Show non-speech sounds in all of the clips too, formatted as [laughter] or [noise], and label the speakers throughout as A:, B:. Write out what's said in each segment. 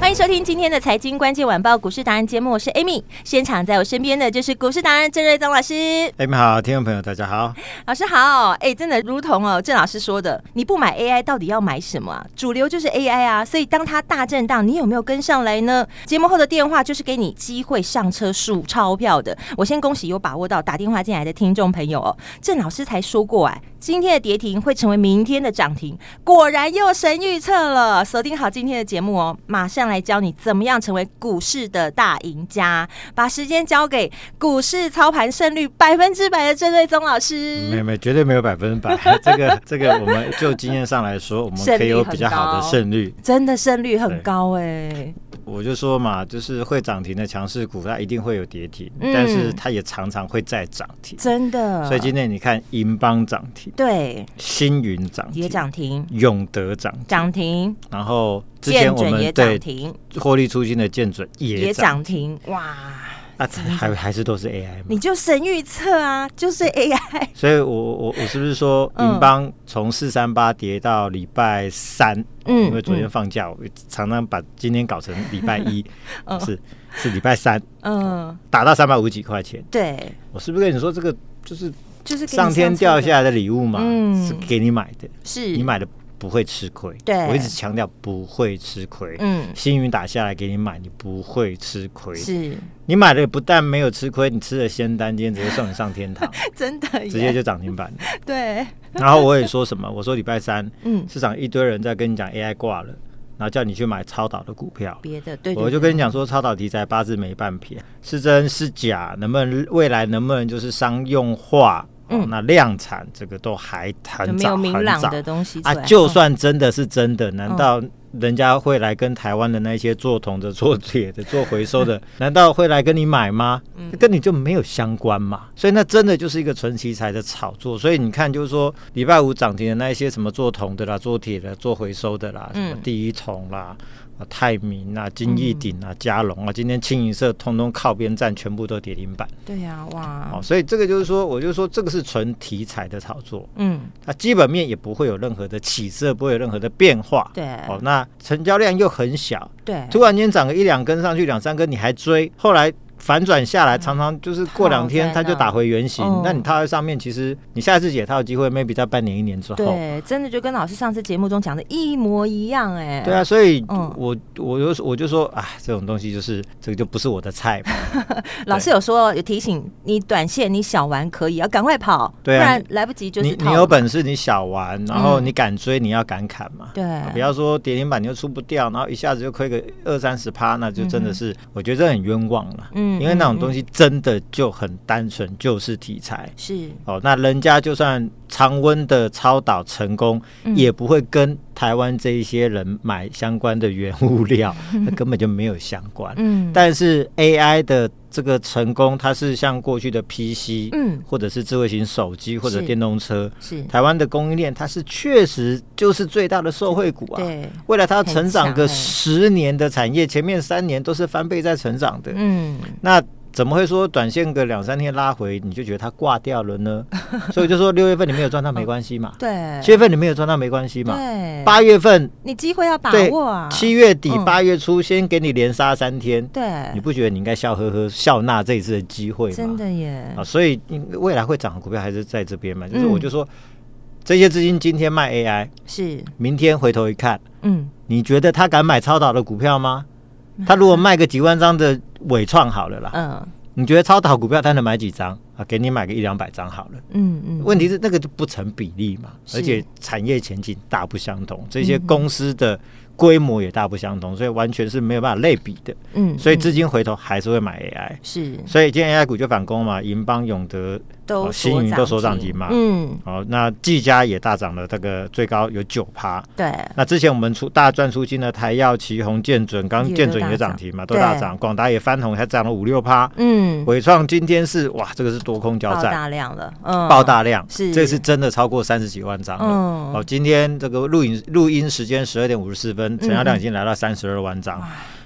A: 欢迎收听今天的财经关键晚报股市达人节目，我是 Amy。现场在我身边的就是股市达人郑瑞宗老师，
B: 哎，你们好，听众朋友，大家好。
A: 老师好。哎，真的如同哦郑老师说的，你不买 AI 到底要买什么啊？主流就是 AI 啊，所以当它大震荡，你有没有跟上来呢？节目后的电话就是给你机会上车数钞票的。我先恭喜有把握到打电话进来的听众朋友哦，郑老师才说过哎、今天的跌停会成为明天的涨停，果然又神预测了。锁定好今天的节目哦，马上来教你怎么样成为股市的大赢家。把时间交给股市操盘胜率百分之百的郑瑞宗老
B: 没
A: 师。
B: 有没有，绝对没有百分之百。 [laughs] 这个这个，我们就经验上来说，我们
A: 胜率
B: 可以有
A: 很
B: 比较好的
A: 高
B: 胜率。
A: 真的胜率很
B: 对
A: 高哎、
B: 我就说嘛，就是会涨停的强势股，它一定会有跌停，
A: 嗯
B: 但是它也常常会再涨停。
A: 真的。
B: 所以今天你看，银邦涨停，
A: 对
B: 星云涨
A: 也
B: 停，
A: 涨停，
B: 永德涨停，
A: 涨停，
B: 然后之前
A: 见
B: 我
A: 准也
B: 们
A: 涨
B: 对
A: 停，
B: 获利出金的建准
A: 也
B: 也涨，
A: 涨停，哇！
B: 啊，还还是都是 AI 嘛
A: 你。就神预测啊，就是 AI
B: 所以我我我是不是说
A: 嗯
B: 银邦从四三八跌到礼拜三？哦
A: 嗯
B: 因为昨
A: 嗯
B: 天放假，我常常把今天搞成礼拜
A: [laughs]
B: 一
A: 嗯，
B: 是是礼拜三，
A: 嗯，
B: 打到三百五十几块钱。
A: 对，
B: 我是不是跟你说这个就是
A: 就是给你
B: 上天
A: 测
B: 掉
A: 的
B: 下来的礼物嘛？
A: 嗯
B: 是给你买的，
A: 是
B: 你买的不会吃亏。
A: 对
B: 我一直强调不会吃亏。
A: 嗯
B: 星云打下来给你买，你不会吃亏。
A: 是
B: 你买的不但没有吃亏，你吃了仙丹，今天直接送你上天
A: [laughs]
B: 堂，
A: 真的耶，
B: 直接就涨停板了。
A: 对， [laughs]
B: 然后我也说什么？我说礼拜三
A: 嗯，
B: 市场一堆人在跟你讲 AI 挂了，然后叫你去买超导的股票。
A: 别的对，对
B: 我就跟你讲说，超导题材八字没半撇，是真是假，能不能未来能不能就是商用化？
A: 嗯
B: 哦那量产这个都还
A: 就
B: 很
A: 没
B: 早
A: 有明
B: 很
A: 朗
B: 早
A: 的东西出
B: 啊
A: 来，
B: 就算真的是真的，
A: 嗯
B: 难道人家会来跟台湾的那些做铜的、做
A: [laughs]
B: 铁的、做回收的，难道会来跟你买吗？
A: 嗯
B: 跟你就没有相关嘛。所以那真的就是一个纯题材的炒作。所以你看，就是说礼拜五涨停的那一些什么做铜的啦、做铁的、做回收的啦，什么
A: 嗯
B: 第一桶啦。啊泰明啊、金逸鼎啊、嘉龙啊，今天清一色通通靠边站，全部都跌停板。
A: 嗯对呀，
B: 哦，
A: 哇，
B: 所以这个就是说，我就说这个是纯题材的炒作。
A: 嗯，
B: 它基本面也不会有任何的起色，不会有任何的变化。
A: 对
B: 哦，那成交量又很小，
A: 对，
B: 突然间涨个一两根上去，两三根你还追，后来反转下来，常常就是过两天
A: 套在
B: 它
A: 那
B: 就打回原形
A: 嗯。
B: 那你套在上面，其实你下次解套的机会，maybe 在半年一年之后。
A: 对，真的就跟老师上次节目中讲的一模一样，哎，
B: 对啊，，所以
A: 嗯
B: 我我就我就说，啊，这种东西就是这个就不是我的菜嘛。
A: 老师有说有提醒你，短线你小玩可以，要赶快跑，不
B: 对啊
A: 然来不及就是
B: 你
A: 套
B: 你
A: 了
B: 有本事你小玩，然后
A: 嗯
B: 你敢追，你要敢砍嘛。啊不
A: 对，
B: 要说跌停板你又出不掉，然后一下子就亏个二三十趴，那就真的是、我觉得这很冤枉了。
A: 嗯
B: 因为那
A: 嗯
B: 种
A: 嗯
B: 东西真的就很单纯，就是题材。
A: 是
B: 哦，那人家就算常温的超导成功，
A: 嗯
B: 也不会跟台湾这一些人买相关的原物料，那根本就没有相关。
A: 嗯，
B: 但是 AI 的这个成功，它是像过去的 PC，
A: 嗯
B: 或者是智慧型手机或者
A: 是
B: 电动车，
A: 是
B: 台湾的供应链，它是确实就是最大的受惠股啊。
A: 对，
B: 未来它要成长个
A: 很强欸
B: 十年的产业，前面三年都是翻倍在成长的，
A: 嗯，
B: 那怎么会说短线个两三天拉回，你就觉得它挂掉了
A: [laughs]
B: 呢？所以我就说六月份你没有赚到没关系嘛，
A: 哦对，
B: 七月份你没有赚到没关系嘛，
A: 对，
B: 八月份
A: 你机会要把
B: 对
A: 握啊，
B: 七月底
A: 嗯
B: 八月初先给你连杀三天，
A: 对
B: 你，不觉得你应该笑呵呵笑纳这一次的机会吗？
A: 真的耶
B: 啊，，所以嗯未来会涨的股票还是在这边嘛，就是
A: 嗯
B: 我就说这些资金今天卖 AI，
A: 是，
B: 明天回头一看。
A: 嗯，
B: 你觉得他敢买超导的股票吗？他如果卖个几万张的伟创好了啦，
A: 嗯
B: 你觉得超导股票他能买几张啊？给你买个一两百张好了。
A: 嗯嗯，
B: 问题是那个就不成比例嘛，
A: 是嗯
B: 而且产业前景大不相同，这些公司的规模也大不相同，所以完全是没有办法类比的。
A: 嗯
B: 所以资
A: 己
B: 金回头还是会买 AI，、
A: 是
B: 所以今天 AI 股就反攻嘛，银邦、永德、
A: 都
B: 哦新银都所涨
A: 停
B: 停嘛。
A: 嗯，
B: 哦，那技嘉也大涨了，这个最高有九趴。
A: 对，
B: 那之前我们出大赚出金的台药、旗宏、建准，刚
A: 也都
B: 建准也
A: 大涨
B: 涨停嘛，都大
A: 对
B: 涨。广达也翻红，还涨了五六趴。
A: 嗯，
B: 伟创今天是哇，这个是多空交
A: 爆
B: 战，
A: 大量了，嗯，
B: 爆大量，
A: 是
B: 这是真的超过三十几万张了。
A: 嗯
B: 哦，今天这个录影录音时间十二点五十四分，成交量
A: 嗯
B: 已经来到三十二万张，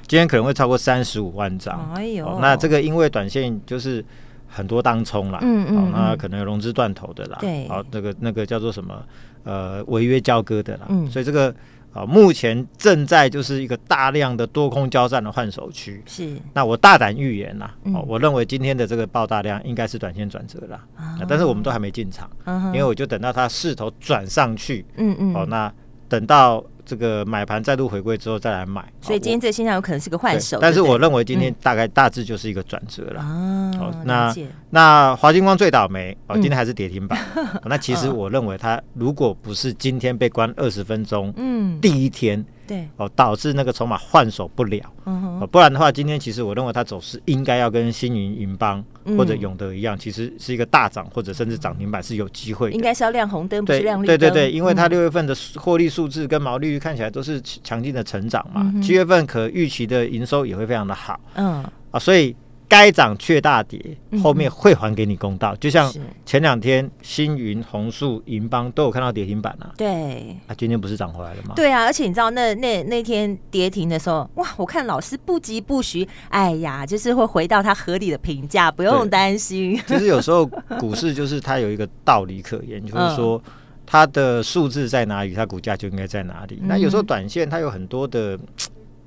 B: 今天可能会超过三十五万张。
A: 哎呦，
B: 哦，那这
A: 个
B: 个因为短线就是很多当冲啦，
A: 嗯嗯
B: 哦那
A: 嗯
B: 可能有融资断头的啦，
A: 对
B: 好、那个那个叫做什么呃违约交割的啦，
A: 嗯
B: 所以这个啊、目前正在就是一个大量的多空交战的换手区。
A: 是
B: 那我大胆预言啦，
A: 嗯
B: 哦，我认为今天的这个爆大量应该是短线转折啦，
A: 啊
B: 啊但是我们都还没进场，因为我就等到它势头转上去，
A: 嗯嗯，
B: 哦，那等到这个买盘再度回归之后再来买，
A: 所以
B: 哦
A: 今天这个现象有可能是个换
B: 对
A: 手，
B: 但是
A: 对不嗯
B: 我
A: 对
B: 认为今天大概大致就是一个转折了。
A: 啊，
B: 好
A: 了
B: 那
A: 解
B: 那华金光最倒霉哦，
A: 嗯
B: 今天还是
A: [laughs]
B: 跌停板。哦那其实我认为它如果不是今天被关二十分钟，
A: 嗯，
B: 第一天
A: 对，
B: 哦导致那个筹码换手不了、
A: 嗯哼，
B: 哦，不然的话，今天其实我认为它走势应该要跟星云、银邦
A: 嗯
B: 或者永德一样，其实是一个大涨或者甚至涨停板是有机会的。
A: 应该是要亮红灯，不是
B: 对
A: 亮绿
B: 对
A: 灯，
B: 对对，因为它
A: 嗯
B: 六月份的获利数字跟毛利率看起来都是强劲的成长嘛
A: 嗯，哼
B: 七、月份可预期的营收也会非常的好。
A: 嗯
B: 啊，所以该涨却大跌
A: 嗯，
B: 后面会还给你公道。就像
A: 是
B: 前两天星云、红树、银邦都有看到跌停板啊，
A: 对。
B: 啊，今天不是涨回来了吗？
A: 对啊，而且你知道那那那天跌停的时候，哇！我看老师不疾不徐，哎呀，就是会回到他合理的评价，不用
B: 对
A: 担心。
B: [laughs] 其实有时候股市就是它有一个道理可言，就是说。
A: 嗯
B: 它的数字在哪里，它股价就应该在哪里。那有时候
A: 嗯
B: 短线它有很多的嘖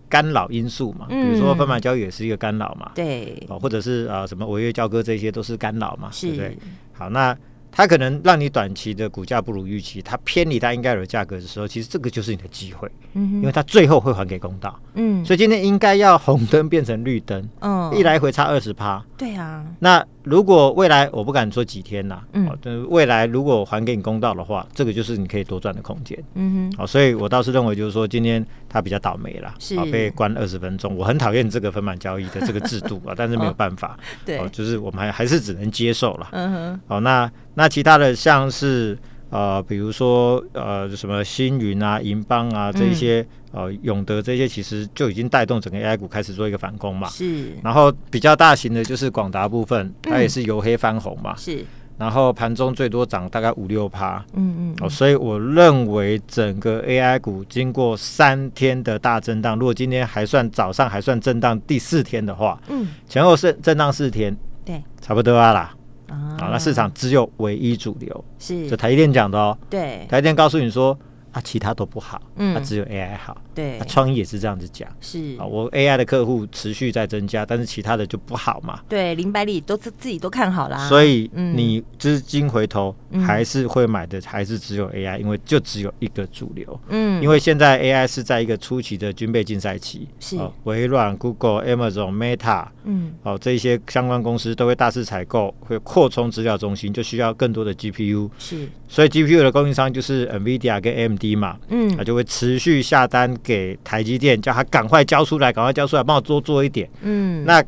B: 干扰因素嘛，比
A: 嗯
B: 如说分盘交易也是一个干扰嘛，
A: 对，
B: 哦，或者是啊、呃什么违约交割这些都是干扰嘛，对不对
A: 是？，
B: 好，那它可能让你短期的股价不如预期，它偏离它应该有的价格的时候，其实这个就是你的机会，
A: 嗯
B: 因为它最后会还给公道。
A: 嗯
B: 所以今天应该要红灯变成绿灯，
A: 嗯
B: 一来回差二十趴。
A: 对啊，
B: 那如果未来我不敢说几天啦，
A: 嗯
B: 哦，但未来如果还给你公道的话，这个就是你可以多赚的空间。
A: 嗯哼，
B: 好、所以我倒是认为就是说今天它比较倒霉啦，
A: 是
B: 好被关二十分钟，我很讨厌这个分盘交易的这个制
A: [laughs]
B: 度啊，但是没有办法，
A: 对
B: 哦，，就是我们还还是只能接受啦。
A: 嗯哼，
B: 哦，那那其他的像是呃，比如说呃，什么星云啊、银邦
A: 嗯
B: 啊这一些、呃，永德这些，其实就已经带动整个 AI 股开始做一个反攻嘛。
A: 是嗯
B: 然后比较大型的就是广达部分，它也是由黑翻红嘛，
A: 是，
B: 然后盘中最多涨大概五六趴。
A: 嗯嗯
B: 哦，所以我认为整个 AI 股经过三天的大震荡，如果今天还算早上还算震荡，第四天的话，
A: 嗯，
B: 前后是震荡四天，
A: 对，
B: 差不多啊啦。
A: 啊，
B: 啊，那市场只有唯一主流，就是台积电讲的哦。
A: 对
B: 台积电告诉你说啊，其他都不好，
A: 嗯
B: 啊，只有 AI 好。
A: 对
B: 啊，，创意也是这样子讲
A: 是
B: 啊，，我 AI 的客户持续在增加，但是其他的就不好嘛。
A: 对，林百里都自自己都看好啦，
B: 所以
A: 嗯
B: 你资金回头
A: 嗯
B: 还是会买的，还是只有 AI，因为就只有一个主流。
A: 嗯，
B: 因为现在 AI 是在一个初期的军备竞赛期，
A: 是
B: 啊微软、Google、Amazon、Meta
A: 嗯
B: 哦这一些相关公司都会大肆采购，会扩充资料中心，就需要更多的 GPU。
A: 是，
B: 所以 GPU 的供应商就是 NVIDIA 跟 AMD 嘛，
A: 嗯
B: 那就会持续下单给台积电，叫他赶快交出来，赶快交出来，帮我多做一点。
A: 嗯
B: 那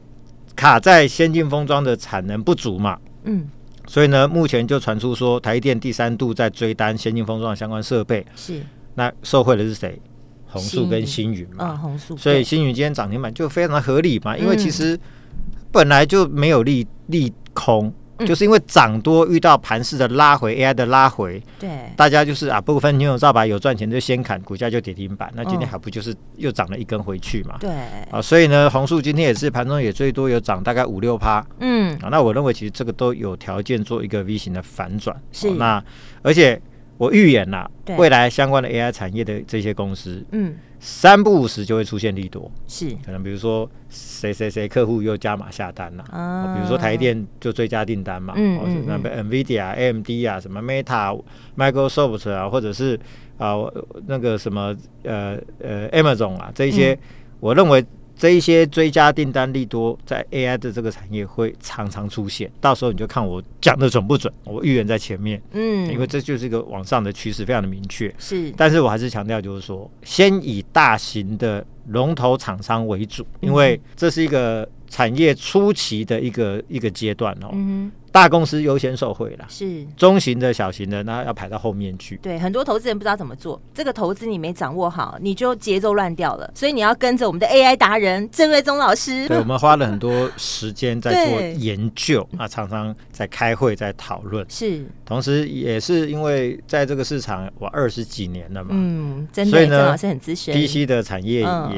B: 卡在先进封装的产能不足嘛，
A: 嗯
B: 所以呢，目前就传出说台积电第三度在追单先进封装的相关设备，
A: 是，
B: 那受惠的是谁？红树跟
A: 星
B: 星云嘛。
A: 嗯，红素，
B: 所以
A: 对
B: 星云今天涨停板就非常的合理嘛，因
A: 嗯
B: 为其实本来就没有利利空。
A: 嗯
B: 就是因为涨多遇到盘势的拉回，AI 的拉回，
A: 对，
B: 大家就是啊，不分牛有照白，有赚钱就先砍，股价就跌停板。那今
A: 嗯
B: 天还不就是又涨了一根回去嘛？
A: 对，
B: 啊，所以呢，红树今天也是盘中也最多有涨大概五六趴
A: 嗯，
B: 啊。那我认为其实这个都有条件做一个 V 型的反转。
A: 是
B: 哦那而且我预言啦、
A: 对
B: 未来相关的 AI 产业的这些公司，
A: 嗯，
B: 三不五时就会出现利多，
A: 是，
B: 可能比如说谁谁谁客户又加码下单啦、
A: 啊
B: 哦比如说台电就追加订单嘛，
A: 嗯
B: 哦
A: 嗯
B: 那
A: 嗯
B: 边 NVIDIA、AMD 啊，什么 Meta、Microsoft 啊，或者是
A: 嗯
B: 啊、呃那个什么呃呃 Amazon 啊，这一些，我认为这一些追加订单利多，在 AI 的这个产业会常常出现。到时候你就看我讲的准不准，我预言在前面，
A: 嗯，
B: 因为这就是一个往上的趋势，非常的明确。
A: 是
B: 但是我还是强调，就是说，先以大型的龙头厂商为主，
A: 嗯
B: 因为这是一个产业初期的一个一个阶段哦。
A: 嗯
B: 大公司优先受惠啦
A: 哼，，是。
B: 中型的、小型的，那要排到后面去。
A: 对，很多投资人不知道怎么做，这个投资你没掌握好，你就节奏乱掉了。所以你要跟着我们的 AI 达人郑瑞宗老师
B: 对，，我们花了很多时间在做
A: 对
B: 研究，啊，常常在开会、在讨论，
A: 是，
B: 同时也是因为在这个市场我二十几年了嘛，
A: 嗯，真的，
B: 所以
A: 郑
B: 呢
A: 老师很资深，
B: PC 的产业也、
A: 嗯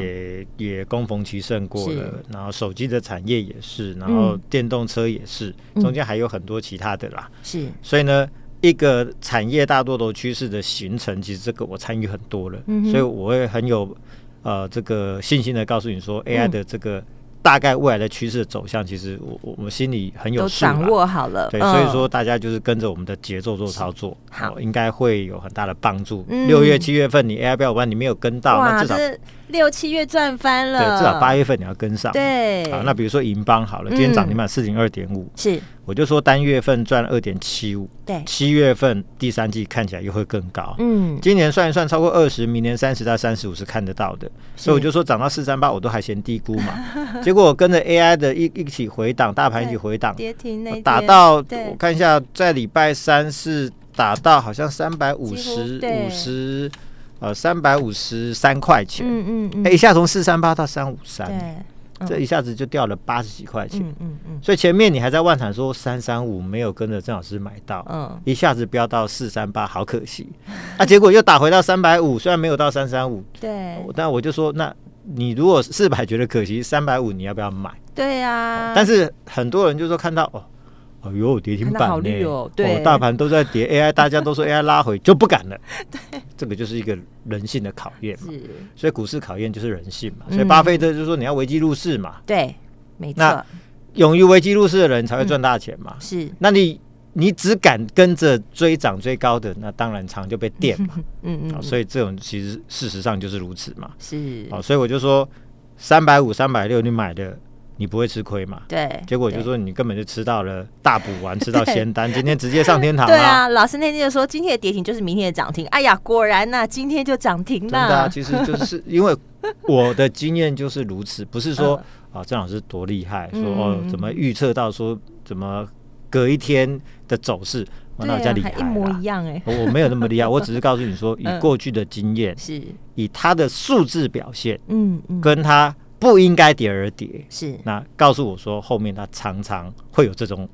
B: 也攻逢其盛过了
A: 是，
B: 然后手机的产业也是，然后
A: 嗯
B: 电动车也是，
A: 嗯
B: 中间还有很多其他的啦。
A: 是，
B: 所以呢，一个产业大多头趋势的形成，其实这个我参与很多了，
A: 嗯哼
B: 所以我会很有呃这个信心的告诉你说
A: 嗯
B: ，AI 的这个大概未来的趋势的走向，其实我我我心里很有
A: 都
B: 数啦
A: 掌握好了。
B: 对，
A: 嗯
B: 所以说大家就是跟着我们的节奏做操作，
A: 好
B: 哦应该会有很大的帮助。
A: 嗯
B: 六月、七月份你 AI 标班你没有跟到，那
A: 哇，
B: 至少对，
A: 这六七月赚翻了，
B: 至少八月份你要跟上。，
A: 嗯对，嗯
B: 好，那比如说银邦好了，今天涨停板四零二点五，
A: 是
B: 我就说单月份赚二点七五，
A: 对，
B: 七月份第三季看起来又会更高。
A: 嗯，
B: 今年算一算超过二十，明年三十到三十五是看得到的，所以我
A: 是
B: 就说涨到四三八我都还嫌低估嘛，结果我跟着 AI 的一一起回档，大盘一起回档，
A: 跌停那一天
B: 打到我
A: 嗯对
B: 看一下，在礼拜三是打到好像三百
A: 几
B: 五
A: 乎
B: 十
A: 对
B: 五十呃三百五十三块钱，哎、
A: 嗯嗯嗯，
B: 一下从四三八到三五三，
A: 对，
B: 这一下子就掉了八十几块钱。
A: 嗯嗯嗯
B: 所以前面你还在万产说三三五没有跟着郑老师买到，
A: 嗯，
B: 一下子飙到四三八，好可惜。啊，结果又打回到三百五，虽然没有到三三五，
A: 对
B: 但我就说，那你如果四百觉得可惜，三百五你要不要买？
A: 对啊，
B: 但
A: 是
B: 是很多人就说看到哦，哎呦跌停
A: 看到
B: 板
A: 好绿
B: 呢，
A: 哦对
B: 大盘都在
A: [laughs]
B: 跌，AI 大家都说 AI 拉回就不敢了，对，这个就是一个人性的考验嘛，所以股市考验就是人性嘛，所以
A: 嗯
B: 巴菲特就说你要危机入市嘛，
A: 对，没错
B: 那，勇于危机入市的人才会赚大钱嘛，
A: 是
B: 那你。你只敢跟着追涨追高的，那当然常就被电嘛。
A: [laughs] 嗯嗯
B: 啊
A: 嗯，
B: 所以这种其实事实上就是如此嘛。
A: 是
B: 啊，所以我就说，三百五、三百六你买的，你不会吃亏嘛。
A: 对，
B: 结果就
A: 对。
B: 说你根本就吃到了大补丸，吃到仙丹，今天直接上天堂
A: 对
B: 啦。
A: 啊，老师那天就说今天的跌停就是明天的涨停。哎呀，果然呐、今天就涨停
B: 真的啊，
A: 了。
B: 其实就是因为我的经验就是如此，不是
A: [laughs]
B: 说啊郑老师多厉害，说
A: 嗯
B: 哦
A: 嗯嗯
B: 怎么预测到说怎么隔一天的走势，哇那我
A: 对
B: 叫
A: 啊，
B: 厉
A: 还
B: 害
A: 一模一
B: 啦。
A: 样哎、
B: 我我没有那么厉害，我只是告诉你说，以
A: [laughs] 嗯
B: 过去的经验，
A: 是，
B: 以它的数字表现
A: 嗯嗯，
B: 跟它不应该跌而跌，
A: 是，
B: 那告诉我说后面它常常会有这种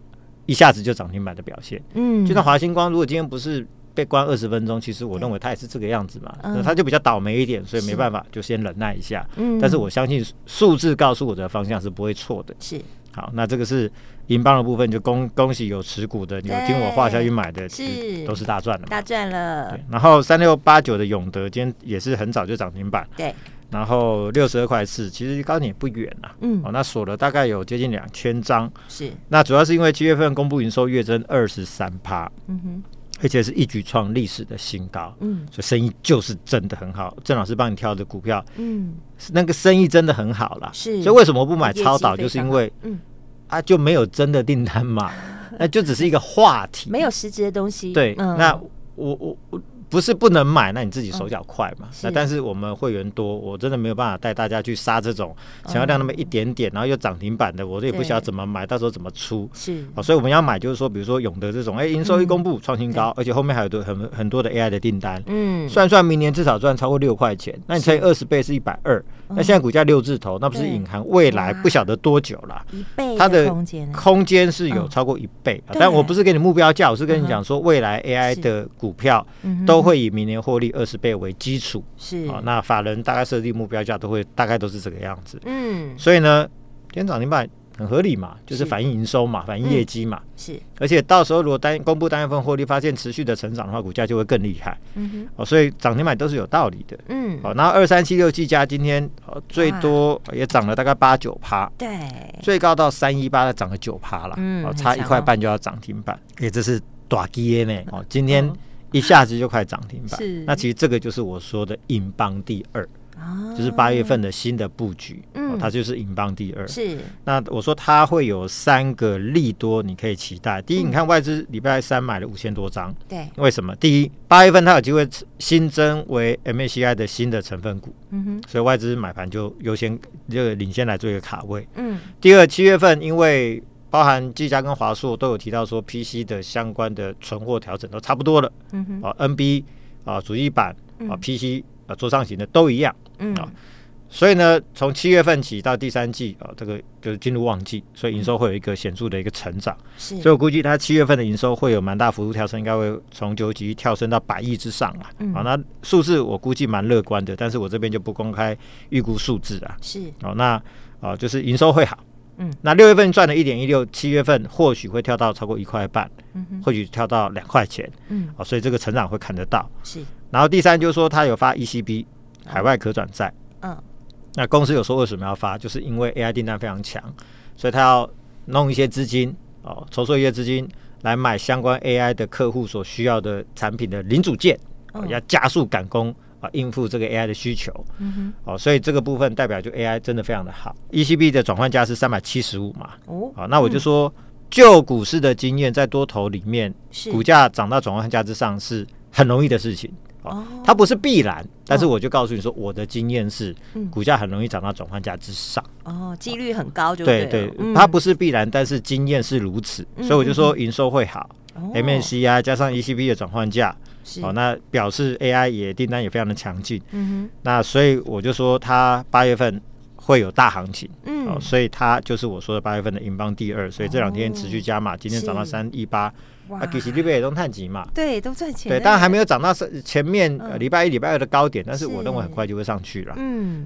B: 一下子就涨停板的表现。
A: 嗯，
B: 就像华星光，如果今天不是被关二十分钟，其实我
A: 对
B: 认为它也是这个样子嘛，
A: 嗯
B: 那它就比较倒霉一点，所以没
A: 是
B: 办法，就先忍耐一下。
A: 嗯
B: 但是我相信数字告诉我的方向是不会错的。
A: 是
B: 好，那这个是银邦的部分，就恭恭喜有持股的，有
A: 对
B: 听我话下去买的，
A: 是
B: 嗯都是大赚的嘛。
A: 大赚了
B: 对，，然后三六八九的永德今天也是很早就涨停板，
A: 对，
B: 然后六十二块四，其实高点也不远啊。
A: 嗯
B: 哦，那锁了大概有接近两千张，
A: 是，
B: 那主要是因为七月份公布营收月增二十三趴，
A: 嗯哼，
B: 而且是一举创历史的新高，
A: 嗯
B: 所以生意就是真的很好。郑老师帮你挑的股票，
A: 嗯，
B: 是那个生意真的很好啦。
A: 是
B: 所以为什么不买
A: 业绩
B: 超导，
A: 非
B: 就是
A: 常
B: 因为
A: 嗯
B: 啊就没有真的订单
A: [laughs]
B: 嘛，那就只是一个话题，
A: 没有实质的东西，
B: 对。
A: 嗯
B: 那我我我不是不能买，那你自己手脚快嘛。
A: 是
B: 那但是我们会员多，我真的没有办法带大家去杀这种成交量那么一点点，然后又涨停板的，我也
A: 嗯
B: 不
A: 对
B: 晓得怎么买，到时候怎么出。
A: 是
B: 哦，所以我们要买，就是说，比如说永德这种，哎、营
A: 嗯
B: 收一公布创新高，而且后面还有多很很多的 AI 的订单，
A: 嗯，
B: 算算明年至少赚超过六块钱，那你乘以二十倍是一百二，那现在股价六字头，那不是
A: 嗯对
B: 隐含未来
A: 哇
B: 不晓得多久啦。
A: 一倍
B: 它的
A: 空间呢，
B: 空间是
A: 嗯
B: 有超过一倍，啊但我不是给你目标价，我是跟你讲说，未来 AI
A: 是
B: 的股票
A: 嗯哼
B: 都会以明年获利二十倍为基础，
A: 是
B: 啊，那法人大概设定目标价都会大概都是这个样子，
A: 嗯
B: 所以呢，今天涨停板很合理嘛，就是
A: 是
B: 反映营收嘛，反映业绩嘛，
A: 是
B: 而且到时候如果单公布单月份获利发现持续的成长的话，股价就会更厉害
A: 嗯哼
B: 哦。所以涨停板都是有道理的。
A: 嗯
B: 好、然后二三七六技嘉今天、哦、最多也涨了大概八九趴，
A: 对
B: 最高到三一八，涨了九趴了，
A: 嗯
B: 哦，
A: 很
B: 差一
A: 强
B: 块
A: 哦
B: 半就要涨停板，也、这是短基呢哦，今天一下子就快涨停板。
A: 哦是
B: 那其实这个就是我说的硬邦第二，
A: 啊
B: 就是八月份的新的布局，
A: 嗯
B: 哦它就是银邦第二。
A: 是
B: 那我说它会有三个利多，你可以期待。第一，
A: 嗯
B: 你看外资礼拜三买了五千多张，
A: 对，
B: 为什么？第一，八月份它有机会新增为 MACI 的新的成分股，
A: 嗯哼，
B: 所以外资买盘就优先就领先来做一个卡位。
A: 嗯
B: 第二，七月份因为包含技嘉跟华硕都有提到说 PC 的相关的存货调整都差不多了，
A: 嗯哼，
B: 啊，NB 啊主机板啊
A: 嗯
B: PC 啊桌上型的都一样。
A: 嗯
B: 好所以呢，从七月份起到第三季啊、这个就是进入旺季，所以营收会有一个显著的一个成长。
A: 是，
B: 所以我估计它七月份的营收会有蛮大幅度跳升，应该会从九几亿跳升到百亿之上啊。
A: 嗯
B: 好、那数字我估计蛮乐观的，但是我这边就不公开预估数字啊。
A: 是
B: 好、那啊、就是营收会好。
A: 嗯，
B: 那六月份赚了一点一六，七月份或许会跳到超过一块半，
A: 嗯哼
B: 或许跳到两块钱
A: 嗯
B: 啊、所以这个成长会看得到。
A: 是
B: 然后第三就是说，它有发 ECB
A: 哦
B: 海外可转债，
A: 嗯
B: 那公司有说为什么要发，就是因为 AI 订单非常强，所以他要弄一些资金哦，筹措一些资金来买相关 AI 的客户所需要的产品的零组件，哦
A: 嗯
B: 要加速赶工啊、应付这个 AI 的需求
A: 嗯
B: 哦，所以这个部分代表就 AI 真的非常的好，ECB 的转换价是三百七十五嘛，
A: 哼哦
B: 好、啊那我就说。就股市的经验，在多头里面，
A: 是
B: 股价涨到转换价之上是很容易的事情。啊
A: 哦
B: 它不是必然，但是我就告诉你说，我的经验是
A: 嗯，
B: 股价很容易涨到转换价之上。
A: 哦几率很高就
B: 对
A: 对了，嗯
B: 它不是必然，但是经验是如此，
A: 嗯
B: 所以我就说营收会好
A: 哦
B: ，MNCI 啊加上 ECB 的转换价，
A: 是
B: 哦，那表示 AI 也订单也非常的强劲，
A: 嗯
B: 那所以我就说它八月份。会有大行情，
A: 哼嗯
B: 哦，所以它就是我说的八月份的银邦第二，所以这两天持续加码，今天涨到
A: 哦是
B: 三一八，
A: 哇
B: 啊，其实利贝也都探级嘛，
A: 对都赚钱
B: 对，
A: 了
B: 当然还没有涨到是前面呃
A: 嗯
B: 礼拜一、礼拜二的高点，但是
A: 是
B: 我认为很快就会上去了。
A: 嗯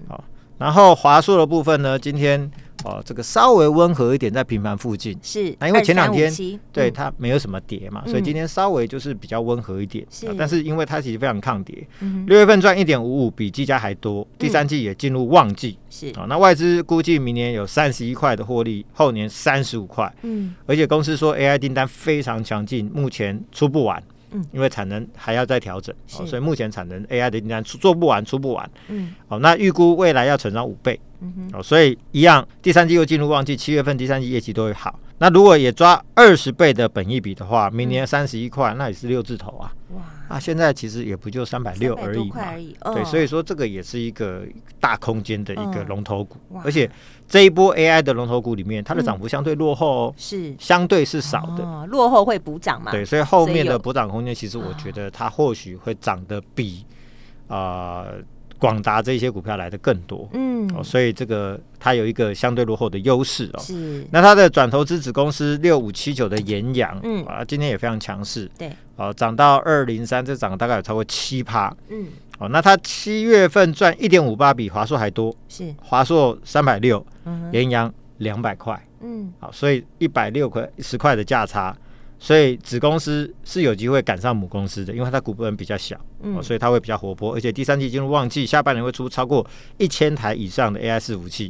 B: 然后华硕的部分呢，今天哦这个稍微温和一点，在平盘附近，
A: 是
B: 啊因为前两天
A: 2357
B: 对
A: 嗯
B: 它没有什么跌嘛，
A: 嗯
B: 所以今天稍微就是比较温和一点。
A: 是
B: 啊但是因为它其实非常抗跌，
A: 嗯哼
B: 六月份赚一点五五，比技嘉还多，第三季也进入旺季。
A: 是
B: 啊，那外资估计明年有三十一块的获利，后年三十五块，
A: 嗯
B: 而且公司说 AI 订单非常强劲，目前出不完，
A: 嗯
B: 因为产能还要再调整，哦
A: 是
B: 所以目前产能 AI 的订单出做不完，出不完，
A: 嗯
B: 好、那预估未来要成长五倍，
A: 嗯哼
B: 哦，所以一样，第三季又进入旺季，七月份第三季业绩都会好。那如果也抓二十倍的本益比的话，
A: 嗯
B: 明年三十一块，那也是六字头啊，
A: 哇
B: 啊，现在其实也不就三百六
A: 300
B: 而
A: 多
B: 已
A: 块
B: 嘛
A: 而。已
B: 对，
A: 哦
B: 所以说这个也是一个大空间的一个
A: 嗯
B: 龙头股，
A: 哇
B: 而且这一波 AI 的龙头股里面，它的涨幅相对落后哦，
A: 是
B: 相对是少的。
A: 哦落后会补涨嘛
B: 对，所以后面
A: 所以
B: 的
A: 有啊
B: 补涨空间，其实我觉得它或许会涨得比呃广达这些股票来的更多。
A: 嗯
B: 哦，所以这个它有一个相对落后的优势哦。
A: 是
B: 那它的转投资子公司六五七九的延阳，
A: 嗯
B: 啊，今天也非常强势，
A: 对
B: 哦，涨到二零三，这涨了大概有超过七趴，
A: 嗯
B: 哦，那它七月份赚一点五八，比华硕还多，
A: 是
B: 华硕三百六，
A: 嗯哼
B: 延阳两百块，
A: 嗯
B: 好，所以一百六块十块的价差，所以子公司是有机会赶上母公司的，因为它股本比较小，哦，
A: 嗯
B: 所以它会比较活泼，而且第三季进入旺季，下半年会出超过一千台以上的 AI 伺服器，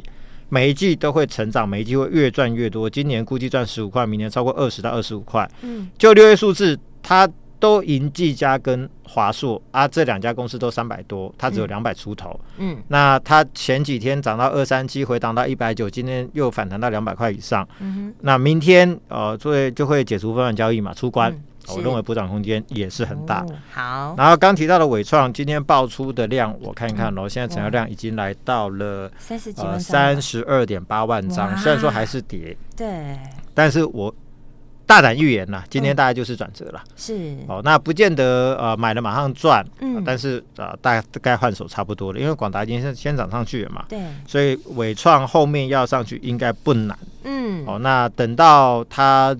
B: 每一季都会成长，每一季会越赚越多。今年估计赚十五块，明年超过二十到二十五块。
A: 嗯
B: 就六月数字，它都赢技嘉跟华硕啊，这两家公司都三百多，它只有两百出头。
A: 嗯
B: 那它前几天涨到二三七，回档到一百九，今天又反弹到两百块以上。
A: 嗯哼
B: 那明天呃，作为就会解除分盘交易嘛，出关。
A: 嗯
B: 哦
A: 是
B: 我认为补涨空间也是很大。
A: 哦好
B: 然后刚提到的伟创，今天爆出的量，我看一看
A: 嗯
B: 喽，现在成交量已经来到了
A: 三十几
B: 呃
A: 万
B: 三
A: 张
B: 十二点八万张，
A: 哇
B: 虽然说还是跌，
A: 对
B: 但是我大胆预言啦，今
A: 嗯
B: 天大概就是转折了。
A: 是
B: 哦，那不见得呃买了马上赚，
A: 嗯
B: 呃但是呃大概换手差不多了，因为广达已经先先涨上去了嘛。
A: 对
B: 所以伟创后面要上去应该不难
A: 嗯
B: 哦。那等到它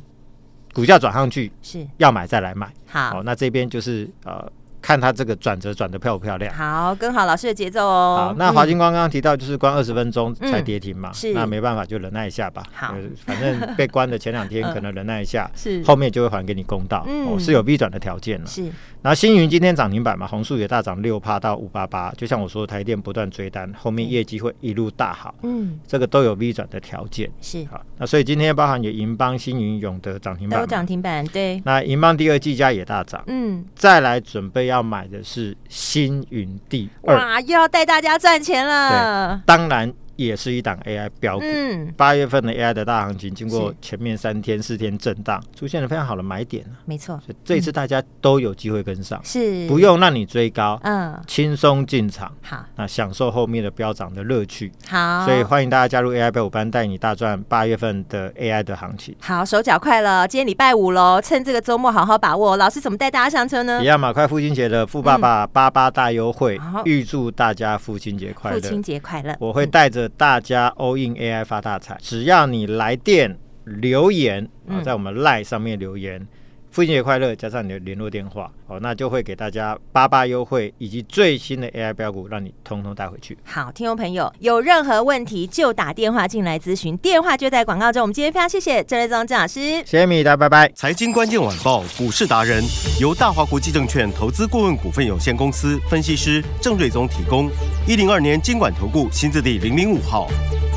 B: 股价转上去，
A: 是
B: 要买再来买。
A: 好
B: 哦，那这边就是呃，看它这个转折转的漂不漂亮。
A: 好跟好老师的节奏哦
B: 好，那华
A: 嗯
B: 金光刚刚提到就是关二十分钟才跌停嘛，
A: 嗯是
B: 那没办法就忍耐一下吧。
A: 好嗯
B: 呃反正被关的前两天可能忍耐一下，
A: [laughs] 是
B: 后面就会还给你公道。
A: 嗯
B: 哦，是有 V 转的条件了。
A: 是
B: 然后星云今天涨停板嘛，红树也大涨六趴到五八八，就像我说，台电不断追单，后面业绩会一路大好，
A: 嗯
B: 这个都有 V 转的条件。
A: 是
B: 好，那所以今天包含有银邦、星云、永德涨停板
A: 都
B: 嘛，
A: 涨停板对
B: 那银邦第二季家也大涨。
A: 嗯
B: 再来准备要买的是星云第二，
A: 哇，又要带大家赚钱了
B: 对。当然也是一档 AI 标股。
A: 嗯，
B: 八月份的 AI 的大行情，经过
A: 是
B: 前面三天四天震荡，出现了非常好的买点啊
A: 没错，
B: 所以这一次大家都有机会跟上，
A: 嗯是
B: 不。用让你追高，
A: 嗯，
B: 轻松进场，
A: 好，
B: 那享受后面的飙涨的乐趣。
A: 好，
B: 所以欢迎大家加入 AI 标股班，带你大赚八月份的 AI 的行情。
A: 好，手脚快了，今天礼拜五喽，趁这个周末好好把握。老师怎么带大家上车呢
B: 一？样嘛，快父亲节的富爸爸八八大优惠
A: 嗯好，
B: 预祝大家父亲节快
A: 父亲
B: 乐！
A: 节快乐！嗯
B: 我会带着大家 all in AI 发大财，只要你来电留言啊，
A: 嗯
B: 在我们 Line 上面留言。父亲节快乐！加上你的联络电话哦，那就会给大家八八优惠以及最新的 AI 标股，让你通通带回去。
A: 好，听众朋友有任何问题就打电话进来咨询，电话就在广告中。我们今天非常谢谢郑瑞宗郑老师。
B: 谢谢米达，拜拜。
C: 财经关键晚报股市达人由大华国际证券投资顾问股份有限公司分析师郑瑞宗提供。一零二年经管投顾新字第零零五号。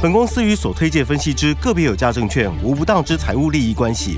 C: 本公司与所推介分析之个别有价证券无不当之财务利益关系。